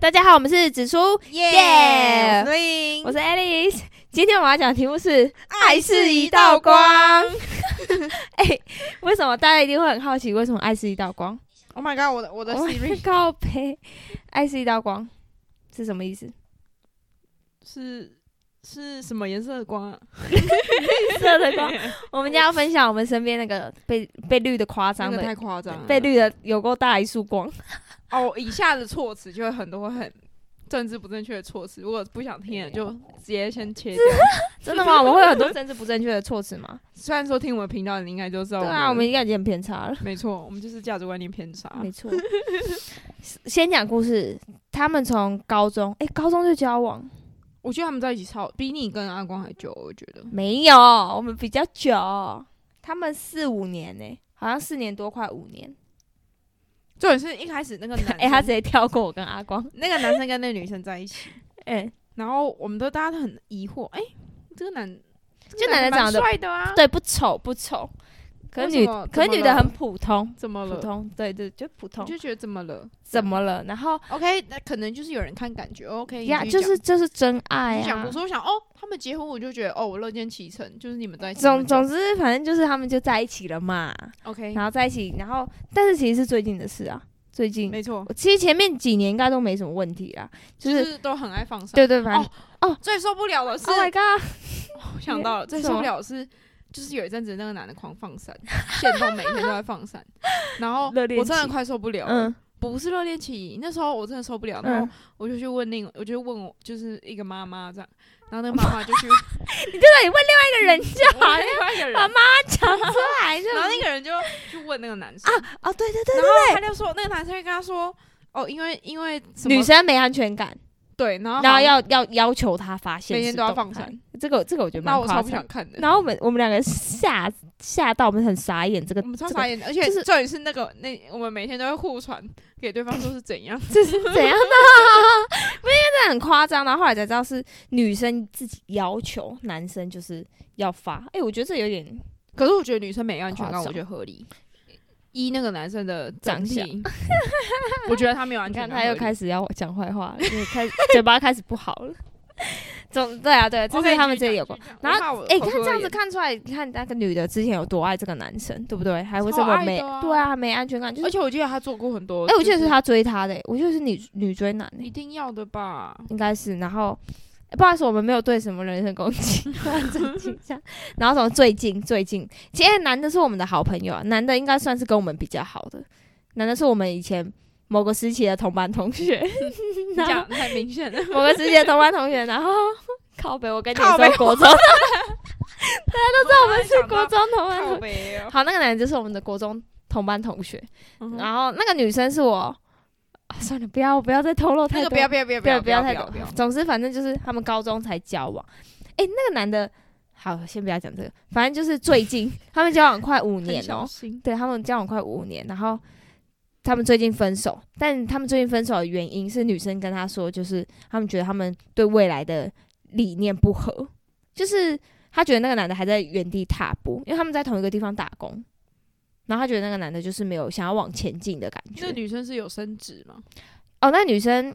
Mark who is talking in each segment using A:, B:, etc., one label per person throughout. A: 大家好，我们是紫苏，耶
B: 所以
A: 我是 Alice。今天我要讲的题目是
B: 爱是一道
A: 道
B: 光。
A: 哎、为什么大家一定会很好奇，为什么爱是一道光？
B: Oh my god，我的我的
A: 我
B: Siri
A: 告呸！爱是一道光是什么意思？
C: 是是什么颜色的光、啊？啊
A: 绿色的 光。我们今天要分享我们身边那个被被绿的夸张
C: 真的
A: 的
C: 太，夸张了。
A: 被绿的有够大一束光。
C: 哦，以下的措辞就会很多很政治不正确的措辞，如果不想听的就直接 先切掉。
A: 真的吗？我们会有很多政治不正确的措辞 吗？
C: 虽然说听我们频道的你应该就知道，
A: 对啊，我们应该已经很偏差了。
C: 没错，我们就是价值观念偏差。
A: 没错，先讲故事。他们从高中，哎、高中就交往？
C: 我觉得他们在一起超比你跟阿光还久，哦我觉得
A: 没有，我们比较久，他们四五年呢、好像四年多，快五年。
C: 重点是一开始那个男生，
A: 哎、他直接跳过我跟阿 光。
C: 那个男生跟那个女生在一起，
A: 哎、
C: 然后我们都大家都很疑惑，哎、这个男
A: 这男的长得
C: 蛮帅的啊，
A: 对，不丑不丑，可是
C: 为
A: 女
C: 什么
A: 可是
C: 怎么
A: 女的
C: 了
A: 很普通，
C: 怎么
A: 普
C: 了？
A: 通，对对，就普
C: 我
A: 通。
C: 就觉得怎么了
A: 怎么了？然后
C: ？OK，那可能就是有人看感觉，OK，哦
A: 呀，
C: 你继
A: 就
C: 续
A: 是就是真爱
C: 你讲
A: 啊
C: 过，。所以我想哦，他们结婚我就觉得哦，我乐见其成，就是你们哎在一起那么
A: 总
C: 久。
A: 总之，反正就是他们就在一起了嘛，
C: OK，
A: 然后在一起，然后但是其实是最近的事啊，最近
C: 没错，
A: 其实前面几年应该都没什么问题啦，就、
C: 就是是都很爱放闪。
A: 对对，反正、
C: 最受不了的是，
A: Oh my god，
C: 我想到了，最
A: 什
C: 受
A: 么
C: 不了的是，就是有一阵子那个男的狂放闪，现动每天都在 放闪，然后
A: 热恋
C: 我真的
A: 期
C: 快受不了了。
A: 嗯
C: 不是热恋期，那时候我真的受不了，然后
A: 嗯，
C: 我就去问另，我就问我就是一个妈妈这样，然后那个妈妈就去 问
A: 那你问另外一个人就好了，
C: 另外一个人，
A: 妈妈讲出来就
C: 然后那个人 就去问那个男生，
A: 啊哦，对对对
C: 然后他就说，那个男生就跟他说，哦，因为因为什么
A: 女生没安全感，
C: 对，然后
A: 然
C: 好
A: 后
C: 像
A: 要要要求他发现，
C: 每天都要放闪，
A: 这个这个我觉得蛮
C: 那我
A: 夸
C: 超不想
A: 张。
C: 看的。
A: 然后我们我们两个吓吓到，我们很傻眼， 这个
C: 我们超
A: 这
C: 傻
A: 个
C: 眼的，而且
A: 就是
C: 重点是那个那我们每天都会互传给对方说是 怎样，
A: 这是怎样的？ 不是因为这很夸张，然后后来才知道是女生自己要求男生就是要发，哎、我觉得这有点
C: 可是我觉得女生没安全
A: 夸
C: 感，
A: 张
C: 我觉得合理。依那个男生的
A: 长
C: 整 体，我觉得他没有安
A: 你
C: 全
A: 看
C: 感。
A: 他又开
C: 始，
A: 始要我讲坏话了，就是开始嘴巴开始不好 了。总对啊，对，这是他们这里有关。然后
C: 后
A: 哎、看这样子看出来，你看那个女的之前有多爱这个男生，对不对？还会这
C: 超
A: 么
C: 爱
A: 没
C: 的啊
A: 对啊，没安全感，就
C: 而
A: 是
C: 且我记得他做过很多，
A: 哎、我记得
C: 就是
A: 他追她的、欸我觉得是女女追男、欸
C: 一定要的吧？
A: 应该是。然后、欸不好意思，我们没有对什么人身攻击， 乱整形象。然后从最近最近，其实哎男的是我们的好朋友啊，男的应该算是跟我们比较好的，男的是我们以前某个时期的同班同学，
C: 你
A: 然后
C: 讲太明显了，
A: 某个时期的同班同学，然后。靠北，我跟你
C: 靠北
A: 说，国中
C: 都知道我们是
A: 国中同班
C: 靠
A: 同学，
C: 北哦。
A: 好，那个男的就是我们的国中同班同学，
C: 嗯哼
A: 然后那个女生是我，啊算了，不要不要再透露太
C: 那
A: 多，
C: 个不要不要不要
A: 不要
C: 不
A: 不
C: 要
A: 要太
C: 不
A: 多
C: 要不要。
A: 总之，反正就是他们高中才交往。哎、那个男的，好，先不要讲这个，反正就是最近他们交往快五
C: 很
A: 年哦、
C: 小心，
A: 对他们交往快五年，然后他们最近分手，但他们最近分手的原因是女生跟他说，就是他们觉得他们对未来的理念不合，就是他觉得那个男的还在原地踏步，因为他们在同一个地方打工，然后他觉得那个男的就是没有想要往前进的感觉
C: 那。女生是有升职吗？
A: 哦，那女生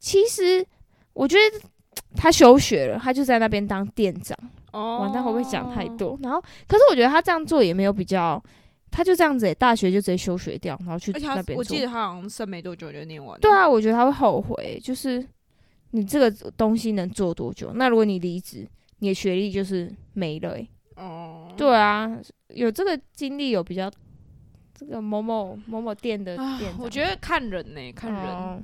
A: 其实我觉得她休学了，她就在那边当店长。
C: 哦
A: 完蛋，会不会讲太？多？然后，可是我觉得她这样做也没有比较，她就这样子、大学就直接休学掉，然后去
C: 而且
A: 那
C: 他
A: 边
C: 我
A: 做
C: 记。得他好像升没多久就念完了。
A: 对啊，我觉得她会后悔，就是你这个东西能做多久？那如果你离职，你的学历就是没了、欸。
C: 哦，
A: 对啊，有这个经历有比较。这个某某某某店的
C: 啊
A: 店长，
C: 我觉得看人呢、看人。
A: 哦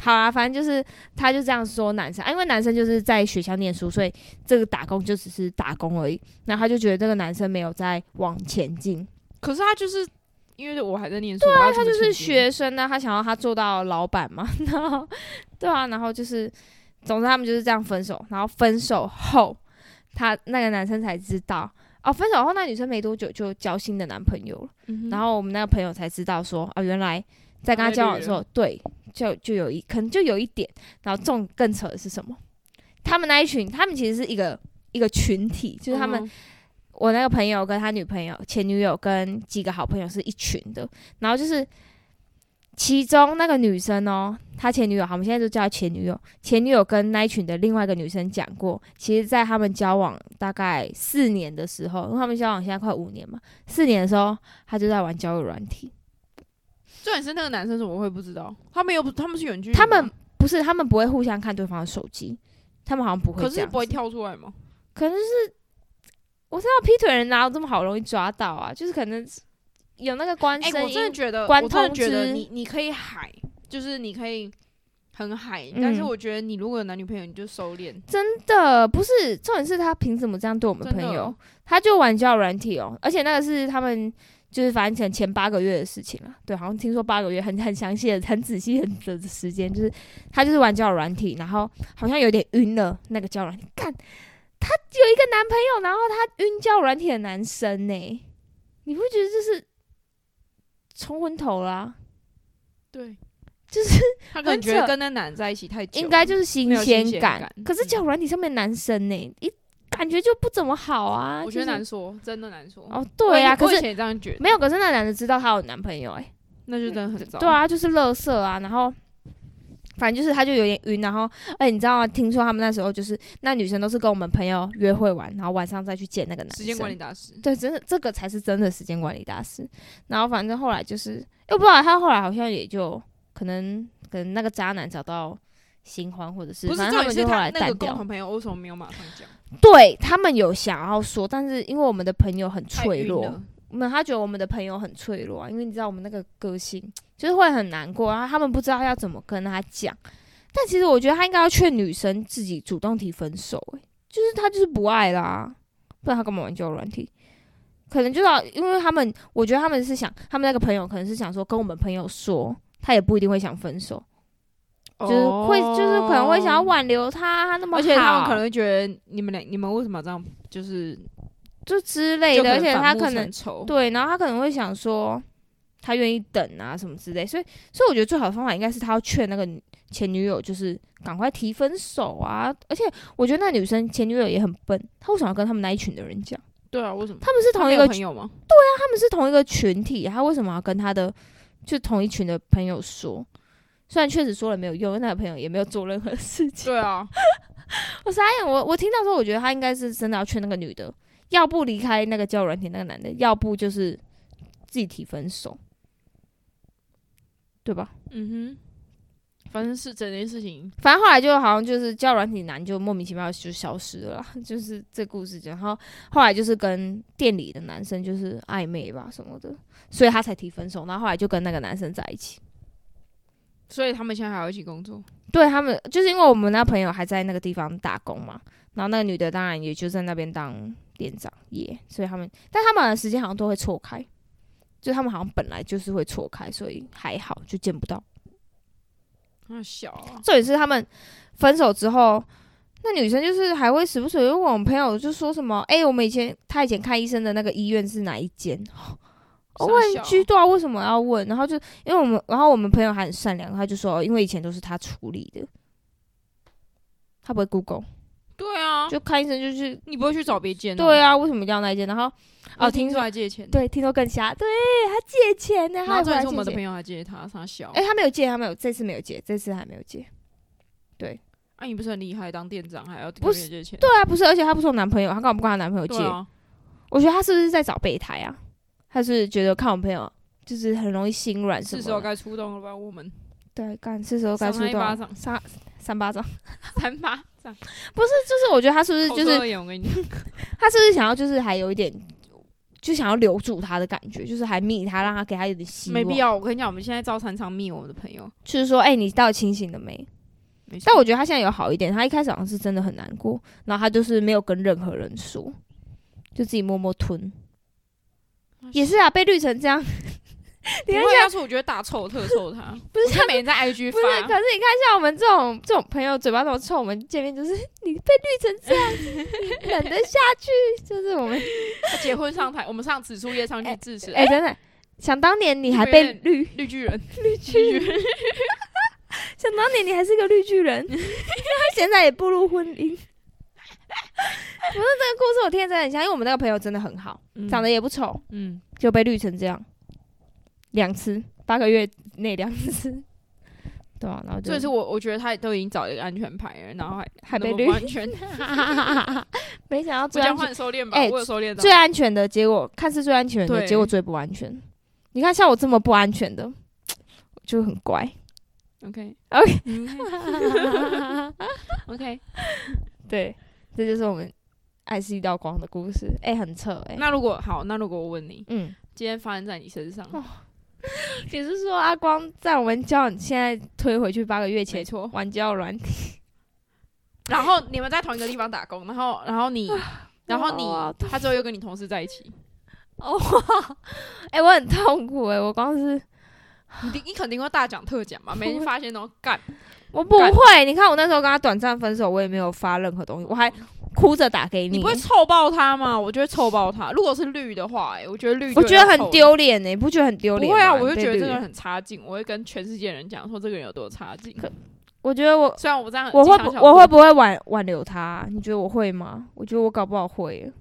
A: 好啊，反正就是他就这样说男生、啊，因为男生就是在学校念书，所以这个打工就只是打工而已。然后他就觉得这个男生没有在往前进，
C: 可是他就是因为我还在念书，对啊，
A: 他就是学生呢、他想要他做到老板嘛， 然后对啊，然后就是，总之他们就是这样分手。然后分手后，他那个男生才知道哦，分手后那女生没多久就交新的男朋友了。
C: 嗯哼，
A: 然后我们那个朋友才知道说，啊，原来在跟他交往的时候，对，就就有一可能就有一点，然后重更扯的是什么？他们那一群，他们其实是一个一个群体，就是他们、
C: 嗯
A: 我那个朋友跟他女朋友、前女友跟几个好朋友是一群的，然后就是其中那个女生哦，她前女友，好，我们现在就叫她前女友。前女友跟那一群的另外一个女生讲过，其实，在他们交往大概四年的时候，因为他们交往现在快五年嘛，四年的时候，她就在玩交友软体。
C: 重点是那个男生怎么会不知道？他们又不，他们是远距离吗，
A: 他们不是，他们不会互相看对方的手机，他们好像不会
C: 可
A: 这
C: 是
A: 样子。
C: 不会跳出来吗？
A: 可能就是我知道劈腿人哪有这么好容易抓到啊？就是可能有那个官
C: 哎、
A: 声
C: 我
A: 音，啊
C: 真的觉得，
A: 关
C: 我真的
A: 通
C: 觉得
A: 知
C: 你你可以海，就是你可以很海，
A: 嗯
C: 但是我觉得你如果有男女朋友，你就收敛。
A: 真的不是重点是他凭什么这样对我们
C: 真的
A: 朋友？他就玩交友软体哦，而且那个是他们就是反正前前八个月的事情啊，对，好像听说八个月很很详细的、很仔细的的时间，就是他就是玩交友软体，然后好像有点晕了那个交友软体，干，他有一个男朋友，然后他晕交友软体的男生呢、你不觉得这是冲昏头啦、
C: 对，
A: 就是
C: 他可能
A: 很
C: 觉得
A: 扯
C: 跟那男在一起太久了，
A: 应该就是
C: 没
A: 新
C: 有新
A: 鲜
C: 鲜
A: 感
C: 感，
A: 可是
C: 嗯
A: 交友软体上面男生呢、欸一感觉就不怎么好啊，
C: 我觉得
A: 就是
C: 难说，真的难说。
A: 哦，
C: 我
A: 对
C: 以
A: 啊，
C: 我
A: 可
C: 以
A: 是
C: 前也这样觉得，
A: 没有，可是那男的知道她有男朋友、欸，
C: 那就真的很糟。
A: 对，啊，就是乐色啊，然后。反正就是他就有点晕，然后，哎、你知道吗？听说他们那时候就是那女生都是跟我们朋友约会完，然后晚上再去见那个男生。
C: 时间管理大师。
A: 对，真的这个才是真的时间管理大师。然后反正后来就是，又不知道他后来好像也就可能可能那个渣男找到新欢，或者是
C: 不是
A: 反
C: 重
A: 正他
C: 点
A: 们
C: 是
A: 就后
C: 他
A: 来
C: 那个
A: 淡
C: 共
A: 掉。
C: 同朋友为什么没有马上讲？
A: 对他们有想要说，但是因为我们的朋友很
C: 太
A: 脆
C: 晕
A: 弱，
C: 了
A: 那他觉得我们的朋友很脆弱啊，因为你知道我们那个个性就是会很难过，然后他们不知道要怎么跟他讲。但其实我觉得他应该要劝女生自己主动提分手、欸，就是他就是不爱啦，不然他干嘛玩交友软体？可能就是要因为他们，我觉得他们是想，他们那个朋友可能是想说跟我们朋友说，他也不一定会想分手，就是会就是可能会想要
C: 玩。
A: 挽留他，他那么
C: 哦而且他们
A: 好
C: 可能会觉得你们俩，你们为什么要这样？就是
A: 就之类
C: 就
A: 的，而且
C: 反
A: 他
C: 目
A: 可
C: 成
A: 能
C: 仇
A: 对，然后他可能会想说，他愿意等啊什么之类，所以所以我觉得最好的方法应该是他要劝那个女前女友，就是赶快提分手啊。而且我觉得那女生前女友也很笨，她为什么要跟他们那一群的人讲？
C: 对啊，为什么？
A: 他们是
C: 他
A: 同
C: 没
A: 一
C: 有
A: 个，
C: 朋友吗？
A: 他们是同一个群体，她为什么要跟她的就同一群的朋友说？虽然确实说了没有用，因为那个朋友也没有做任何事情。
C: 对 啊，
A: 我傻眼，我我听到说，我觉得他应该是真的要劝那个女的，要不离开那个交友软体那个男的，要不就是自己提分手，对吧？
C: 嗯哼，反正是整件事情
A: 反正后来就好像就是交友软体男就莫名其妙就消失了啦， 就是这故事就。然后后来就是跟店里的男生就是暧昧吧什么的，所以他才提分手。然后后来就跟那个男生在一起。
C: 所以他们现在还要一起工作。
A: 对他们，就是因为我们那朋友还在那个地方打工嘛，然后那个女的当然也就在那边当店长耶，所以他们，但他们的时间好像都会错开，就他们好像本来就是会错开，所以还好就见不到。
C: 那小啊，
A: 重点是他们分手之后，那女生就是还会时不时就问我们朋友，就说什么，哎、我们以前他以前看医生的那个医院是哪一间？
C: 傻小
A: 问居对啊，为什么要问？然后就因为我们，然后我们朋友还很善良，他就说，因为以前都是他处理的，他不会 Google，
C: 对啊，
A: 就看医生就是。
C: 你不会去找别间、
A: 对
C: 啊，
A: 啊，为什么一定要那一间？然后
C: 哦，
A: 哦
C: 听
A: 听
C: 说
A: 说
C: 还借钱，，
A: 对，听说更瞎，对他借钱呢，
C: 然
A: 他
C: 后
A: 还
C: 这
A: 回
C: 也
A: 来
C: 是我
A: 借
C: 们的
A: 钱。
C: 朋友还借他，傻小。
A: 哎、
C: 哎、
A: 他没有借，他没有，这次没有借，这次还没有借。
C: 啊，你不是很厉害，当店长还要跟
A: 不
C: 别
A: 是
C: 人借钱？
A: 对啊，不是，而且他不是我男朋友，他干嘛不跟她男朋友借？
C: 对啊，
A: 我觉得他是不是在找备胎啊？他是觉得看我朋友就是很容易心软什
C: 是
A: 么
C: 时候
A: 的？
C: 该出动了吧？我们
A: 对，干是时候该出
C: 赏他一
A: 动
C: 巴
A: 了
C: 掌，
A: 三三巴掌。
C: 三八这样，
A: 不是，就是我觉得他是不是就
C: 口
A: 是
C: 说而已我跟你
A: 他是不是想要就是还有一点，就想要留住他的感觉，就是还密他，让他给他有点希望。
C: 没必，要。我跟你讲，我们现在照常常密我们的朋友，
A: 就是说，哎、你到底清醒了没？
C: 没错
A: 但我觉得他现在有好一点，他一开始好像是真的很难过，然后他就是没有跟任何人说，就自己默默吞。也是啊，被绿成这样，
C: 不
A: 你看
C: 会下次我觉得大臭特 臭他，不是他每天在 IG
A: 不是，可
C: 发，
A: 是你看像我们这种这种朋友，嘴巴那么臭，我们见面就是你被绿成这样，你忍得下去？就是我 们
C: 他结婚上台，我们上紫苏夜上去致辞，
A: 哎、
C: 哎，
A: 真的，想当年你还
C: 这个有
A: 被
C: 点
A: 绿，
C: 绿巨人，绿巨人，
A: 想当年你还是个绿巨 人，现在也步入婚姻。不是这个故事，我听得真的很像，因为我们那个嗯朋友真的很好，长得也不丑，
C: 嗯，
A: 就被绿成这样两次，八个月内两次， 对啊，然后就
C: 所以是我我觉得他都已经找了一个安全牌了，然后还
A: 还被
C: 那么
A: 绿，
C: 不 安全，
A: 没想到
C: 不
A: 最
C: 讲
A: 安全
C: 换收敛吧，
A: 哎
C: 我有收敛到
A: 最。安全的结果，看似最安全的
C: 对
A: 结果最不安全。你看像我这么不安全的，就很乖。
C: OK
A: OK
C: OK，
A: 对，这就是我们爱是一道光的故事。哎、很扯哎、
C: 那如果好，那如果我问你，
A: 嗯，
C: 今天发生在你身上，
A: 哦你是说阿光在我们交往现在推回去八个月前
C: 没错，
A: 玩交友软体，
C: 然后你们在同一个地方打工，然后然后你，
A: 啊
C: 然后
A: 我好
C: 你，他最后又跟你同事在 一起，
A: 哦，哎、我很痛苦哎、我光是
C: 你你肯定会大讲特讲嘛，每天发现都干，
A: 我不会，你看我那时候跟他短暂分手，我也没有发任何东西，我还哭着打给
C: 哦
A: 你
C: 你不会臭爆他吗？我觉得臭爆他，如果是绿的话、哎，我觉得绿，
A: 我觉得很。丢脸呢，你不觉得很丢
C: 不
A: 脸？
C: 会啊，我就觉得
A: 这
C: 这个人
A: 个，
C: 很差劲，我会跟全世界人讲说这个人有多差劲。
A: 可我觉得我
C: 虽然我这样，
A: 我会
C: 经
A: 不
C: 常想
A: 我会不会挽挽留他啊、你觉得我会吗？我觉得我搞不好会耶，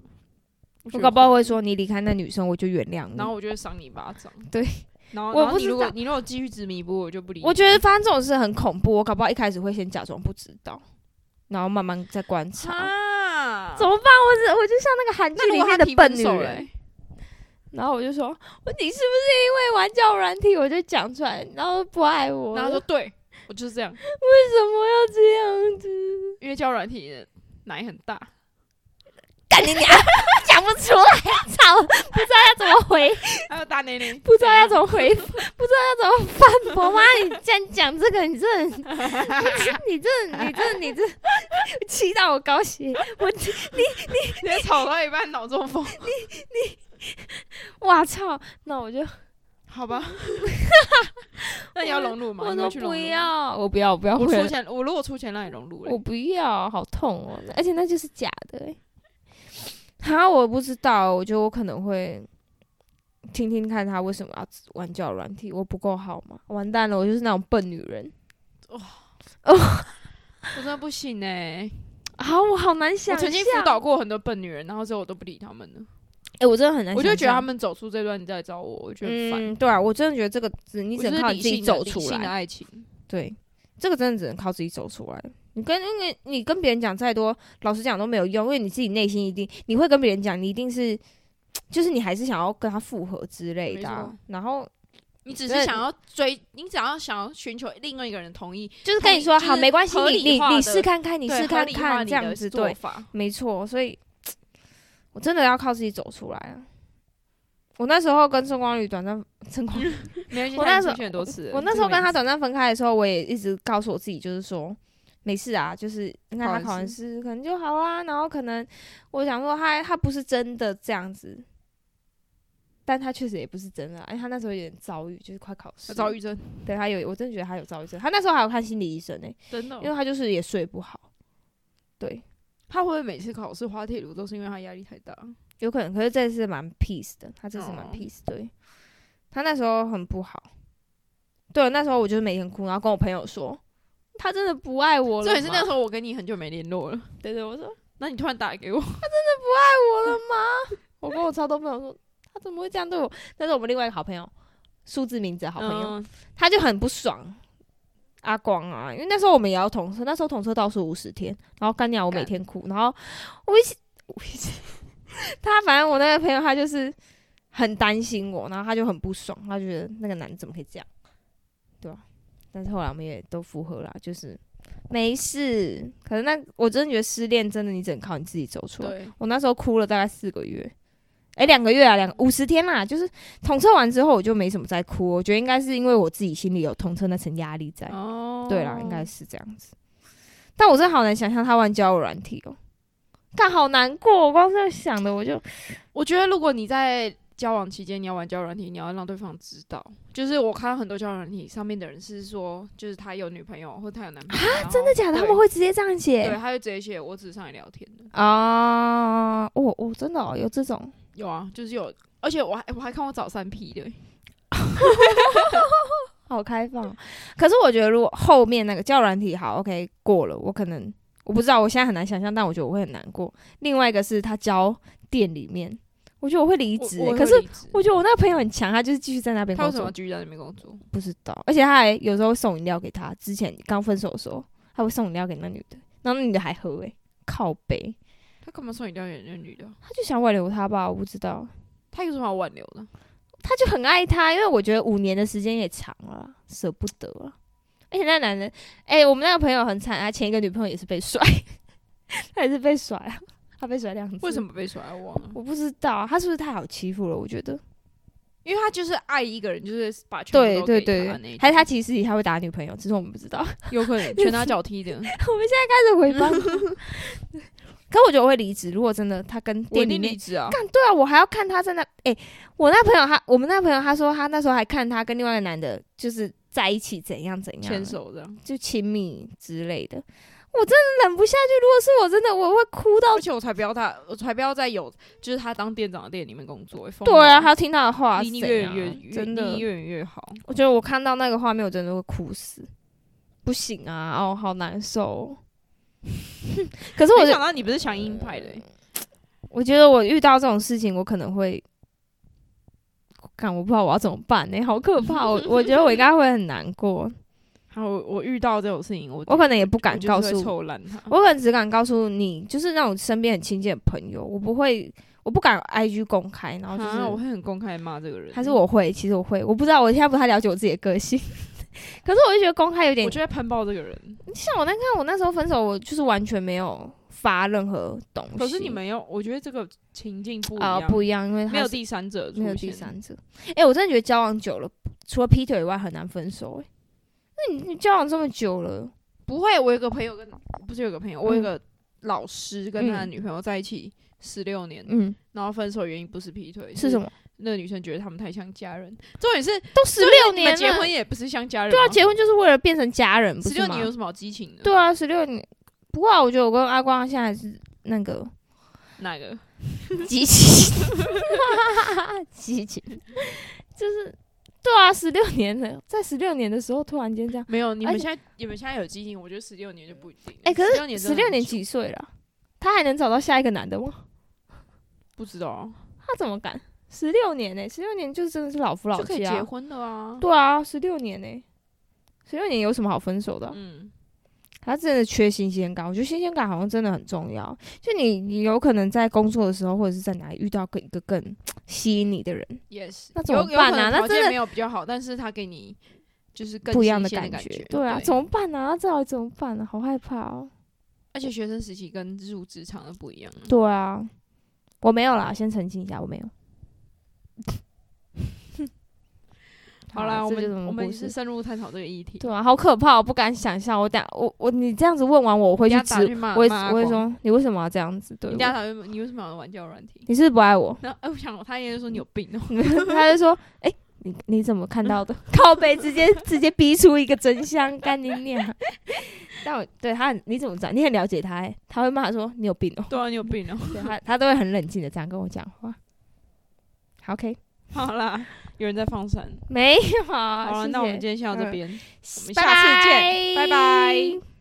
C: 我
A: 我搞不好
C: 会，
A: 会说你离开那女生，我就原谅你。
C: 然后我就会赏你一巴掌。
A: 嗯对，
C: 然后
A: 我
C: 然后
A: 不
C: 你
A: 知
C: 如果
A: 道
C: 你如果继续执迷不悟，我就不理你。
A: 我觉得发生这种事很恐怖，我搞不好一开始会先假装不知道，然后慢慢再观察。
C: 啊，
A: 怎么办？我只我就像那个韩剧
C: 那如
A: 里
C: 果
A: 面
C: 他
A: 的
C: 提
A: 笨
C: 分
A: 女
C: 手欸
A: 人，
C: 嘞？
A: 然后我就说，我你是不是因为玩交友软体我就讲出来，然后不爱我了，
C: 然后说对，我就是这样，
A: 为什么要这样子？
C: 因为交友软体的奶很大。
A: 干你娘！ 讲不出来，啊操！不知道要怎么回，
C: 还有哎大内内，
A: 不知道要怎么回复，不知道要怎么反驳妈，你竟然讲这个，你这 人，你这人，你这人，你这人，气到我高血，我
C: 哎直接吵到一半脑中风，
A: 哇操！那我就
C: 好吧？那你要融入吗？
A: 我
C: 你
A: 说
C: 要去融
A: 不
C: 入吗。
A: 要，我不要，我不要
C: 我出
A: 回，
C: 钱，我如果出钱让你融入欸
A: 我
C: 嘞，
A: 不要，好痛哦！而且那就是假的、欸，哈，我不知道，我觉得我可能会。听听看他为什么要玩交友软体，我不够好吗？完蛋了，我就是那种笨女人。
C: 我真的不行哎。
A: 啊，我好难想
C: 我
A: 象。
C: 曾经辅导过很多笨女人，然后之后我都不理他们了。
A: 哎、我真的很难想象。
C: 我就觉得他们走出这段，你再来找我，我觉得很烦。
A: 嗯，对啊，我真的觉得这个只你
C: 我
A: 只
C: 就
A: 能
C: 是
A: 靠
C: 理
A: 你自己
C: 性的
A: 走
C: 理
A: 出
C: 性啊的
A: 来。
C: 爱情，
A: 对，这个真的只能靠自己走出来。你跟因为你跟别人讲再多，老实讲都没有用，因为你自己内心一定你会跟别人讲，你一定是就是你还是想要跟他复合之类的啊、
C: 没错
A: 然后
C: 你只
A: 对
C: 是想要追，你只要想要寻求另外一个人同意，
A: 就是跟你说
C: 同意
A: 好，
C: 就是
A: 没关系，
C: 合
A: 你
C: 理
A: 你
C: 化
A: 你
C: 的
A: 试看看，你
C: 对
A: 试
C: 合
A: 看
C: 理化
A: 看
C: 你
A: 这样
C: 的
A: 子，
C: 做
A: 对，
C: 法。
A: 没错，所以我真的要靠自己走出来啊。我那时候跟孙光宇短暂，孙光宇
C: 没关系，
A: 我
C: 他已
A: 那
C: 经
A: 时候
C: 出现很多次了
A: 我那时候跟他短暂分开的时候，我也一直告诉我自己，就是说没事啊，就是你看他考
C: 考
A: 完
C: 完
A: 试可能就好啊，然后可能我想说他他不是真的这样子，但他确实也不是真的啊，因为他那时候有点躁郁，就是快考试
C: 他躁，郁症，
A: 对他有，我真的觉得他有躁郁症，他那时候还有看心理医生呢、欸
C: 真的哦
A: 因为他就是也睡不好，对，
C: 他会不会每次考试滑铁卢都是因为他压力太大？
A: 有可能，可是这次蛮 peace 的，他这次蛮
C: 哦
A: peace，、对他那时候很不好，对，那时候我就是每天哭，然后跟我朋友说。他真的不爱我了吗，
C: 这也是那时候我跟你很久没联 络了，
A: 对对，我说
C: 那你突然打给我，
A: 爱我了吗？ 我跟我超多朋友说，他怎么会这样对我？但是我们另外一个好朋友，数字名字的好朋友，
C: 嗯
A: 他就很不爽阿光啊，因为那时候我们也要同车，那时候同车倒数五十天，然后干娘我每
C: 干
A: 天哭，然后我一起 我一起，他反正我那个朋友他就是很担心我，然后他就很不爽，他觉得那个男的怎么可以这样，对吧、但是后来我们也都复合了，就是。没事，可是那我真的觉得失恋真的，你只能靠你自己走出来。
C: 对，
A: 我那时候哭了大概四个月，诶，两个月啊，两五十天啦、就是统测完之后我就没什么再哭，我觉得应该是因为我自己心里有统测那层压力在。
C: 哦
A: 对啦，应该是这样子。但我真的好难想象他玩交友软体哦，干好难过，我光是想的我就
C: 我觉得如果你在交往期间你要玩交友软体，你要让对方知道。就是我看到很多交友软体上面的人是说，就是他有女朋友或他有男朋友，啊、真
A: 真的假的，他们会直接这样
C: 对，
A: 写
C: 他就直接写我只是上来聊天的。
A: 啊？哦哦，真的、哦、有这种，
C: 有啊，就是有，而且我还我还看过找三 P 的，
A: 好开放哦。可是我觉得如果后面那个交友软体好 OK 过了，我可能我不知道，我现在很难想象，但我觉得我会很难过。另外一个是他教店里面，我觉得我会离职
C: 我
A: 欸、
C: 我
A: 可
C: 会
A: 是
C: 离职
A: 我觉得我那个朋友很强，他就是继续在那边
C: 他
A: 工
C: 为什么
A: 作，
C: 继续在那边工作？
A: 不知道，而且他还有时候会送饮料给他。之前刚分手的时候，他会送饮料给那女的，然后那女的还喝、欸，靠背，
C: 他干嘛送饮料给那女的？
A: 他就想挽留他吧，我不知道，
C: 他有什么好挽留的？
A: 他就很爱他，因为我觉得五年的时间也长了，舍不得啊。而且那男人，哎、我们那个朋友很惨，他前一个女朋友也是被甩， 他也是被甩啊，他被甩两次，
C: 为什？么被甩？我忘了，
A: 我不知道，他是不是太好欺负了？我觉得，
C: 因为他就是爱一个人，就是把全
A: 对
C: 部都
A: 对
C: 给
A: 对
C: 他那一，
A: 还是他其实私底下会打女朋友，只是我们不知道。
C: 种有可能 拳打脚踢的，
A: 开始回帮。 可我觉得我会离职，如果真的他跟
C: 我一
A: 店里
C: 定离
A: 面，
C: 职啊！
A: 对啊，我还要看他在那。诶，我那朋友他，我们那朋友他说他那时候还看他跟另外一个男的，就是在一起怎样怎样，
C: 牵手这样，
A: 就亲密之类的。我真的忍不下去，如果是我真的，我会哭到
C: 而。且我才不要他，我才不要再有就是他当店长的店里面工作，欸会疯
A: 对啊，
C: 掉
A: 他听他的话
C: 离你
A: 是怎
C: 越
A: 样
C: 远
A: 啊，
C: 越越
A: 真
C: 离
A: 的
C: 你，越远越好。
A: 我觉得我看到那个画面，我真的会哭死。不行啊，哦，好难受 哦、可是我
C: 没
A: 觉得呃
C: 想到你不是强硬派的欸，
A: 我觉得我遇到这种事情，我可能会，看我不知道我要怎么办呢、好可怕！我我觉得我应该会很难 过，
C: 还有我遇到这种事情，我
A: 我可能也不
C: 我
A: 敢
C: 就是
A: 告
C: 会
A: 诉，
C: 臭烂他。
A: 我可能只敢告诉你，就是那种身边很亲近的朋友，我不会，我不敢 IG 公开，然后哦就是、
C: 啊，我会很公开地骂这个人，
A: 还是我会，其实我会，我不知道，我现在不太了解我自己的个性， 可是我就觉得公开有点
C: 我就会喷爆这个人。
A: 像我那看我那时候分手，我就是完全没有发任何东西，
C: 可是你们要，我觉得这个情境不一
A: 啊、
C: 样，
A: 不一样，因为他
C: 没有
A: 是
C: 第三者出现，
A: 没有第三者。哎、我真的觉得交往久了，除了劈腿以外，很难分手、欸。那你你交往这么久了，
C: 不会，我有个朋友跟不是有个朋友，我
A: 嗯
C: 有个老师跟他的女朋友在一起十六年，
A: 嗯，
C: 然后分手原因不是劈腿，
A: 是什？么？
C: 那个女生觉得他们太像家人，重点是
A: 都十
C: 就
A: 六
C: 是啊你
A: 年
C: 们
A: 了，
C: 结婚也不是像家人
A: 对啊，
C: 吗，
A: 结婚就是为了变成家人，不
C: 十
A: 是
C: 六
A: 吗
C: 年？有什么好激情的？
A: 对啊，十六年。不过、啊、我觉得我跟阿光现在还是那个
C: 哪个？
A: 激情， 激情，就是对啊，十六年了，在十六年的时候突然间这样，
C: 没有，你
A: 而
C: 们
A: 且
C: 现在你们现在有激情，我觉得十六年就不一定了。
A: 哎、可
C: 16
A: 是
C: 年
A: 十
C: 真的
A: 六
C: 很
A: 年
C: 久
A: 几岁了？他还能找到下一个男的吗？
C: 不知道啊，
A: 他怎么敢？十六年呢、1十六年就真的是老夫老
C: 就可以
A: 妻啊！
C: 结婚了啊。
A: 对啊，十六年呢、1十六年有什么好分手的啊、
C: 嗯，
A: 他真的缺新鲜感，我觉得新鲜感好像真的很重要。就你，你有可能在工作的时候，或者是在哪里遇到更一个更吸引你的人，
C: 也是。
A: 那怎么
C: 有有
A: 办
C: 可能
A: 啊那
C: 条件
A: 真的
C: 没有比较好，但是他给你就是更
A: 不一样
C: 新
A: 的
C: 鲜
A: 感
C: 的觉。
A: 对啊，
C: 对
A: 怎么办啊？那这到底怎么办啊？好害怕哦。
C: 而且学生时期跟入职场的不一样啊。
A: 对啊，我没有啦，先澄清一下，我没有。
C: 好啦，我
A: 啊这就是
C: 们我
A: 故
C: 们
A: 事
C: 是深入探讨这个议题。
A: 对啊，好可怕，我不敢想象。我等下我我你这样子问完我，我会
C: 你
A: 去
C: 要打
A: 直
C: 去骂，
A: 我会
C: 骂
A: 我会
C: 光，
A: 说你为什么要这样子对
C: 你
A: 我？
C: 家打去，你为什么要玩交友软体？
A: 你是不是不爱我？
C: 那哎，我想他爷爷说你有病哦。
A: 他就说：“哎、你你怎么看到的？” 靠背直接直接逼出一个真相，干你娘！ 但我对他很，你怎么知道？你很了解他、欸，他会骂说你有病哦、
C: 对啊，你有病哦。
A: 对他他都会很冷静的这样跟我讲话。好 OK，
C: 好啦，有人在放闪。
A: 没有
C: 好
A: 啊，
C: 了，
A: 谢
C: 那我们
A: 谢，
C: 今天先到这
A: 嗯
C: 边，我们
A: 拜
C: 下次见，拜拜。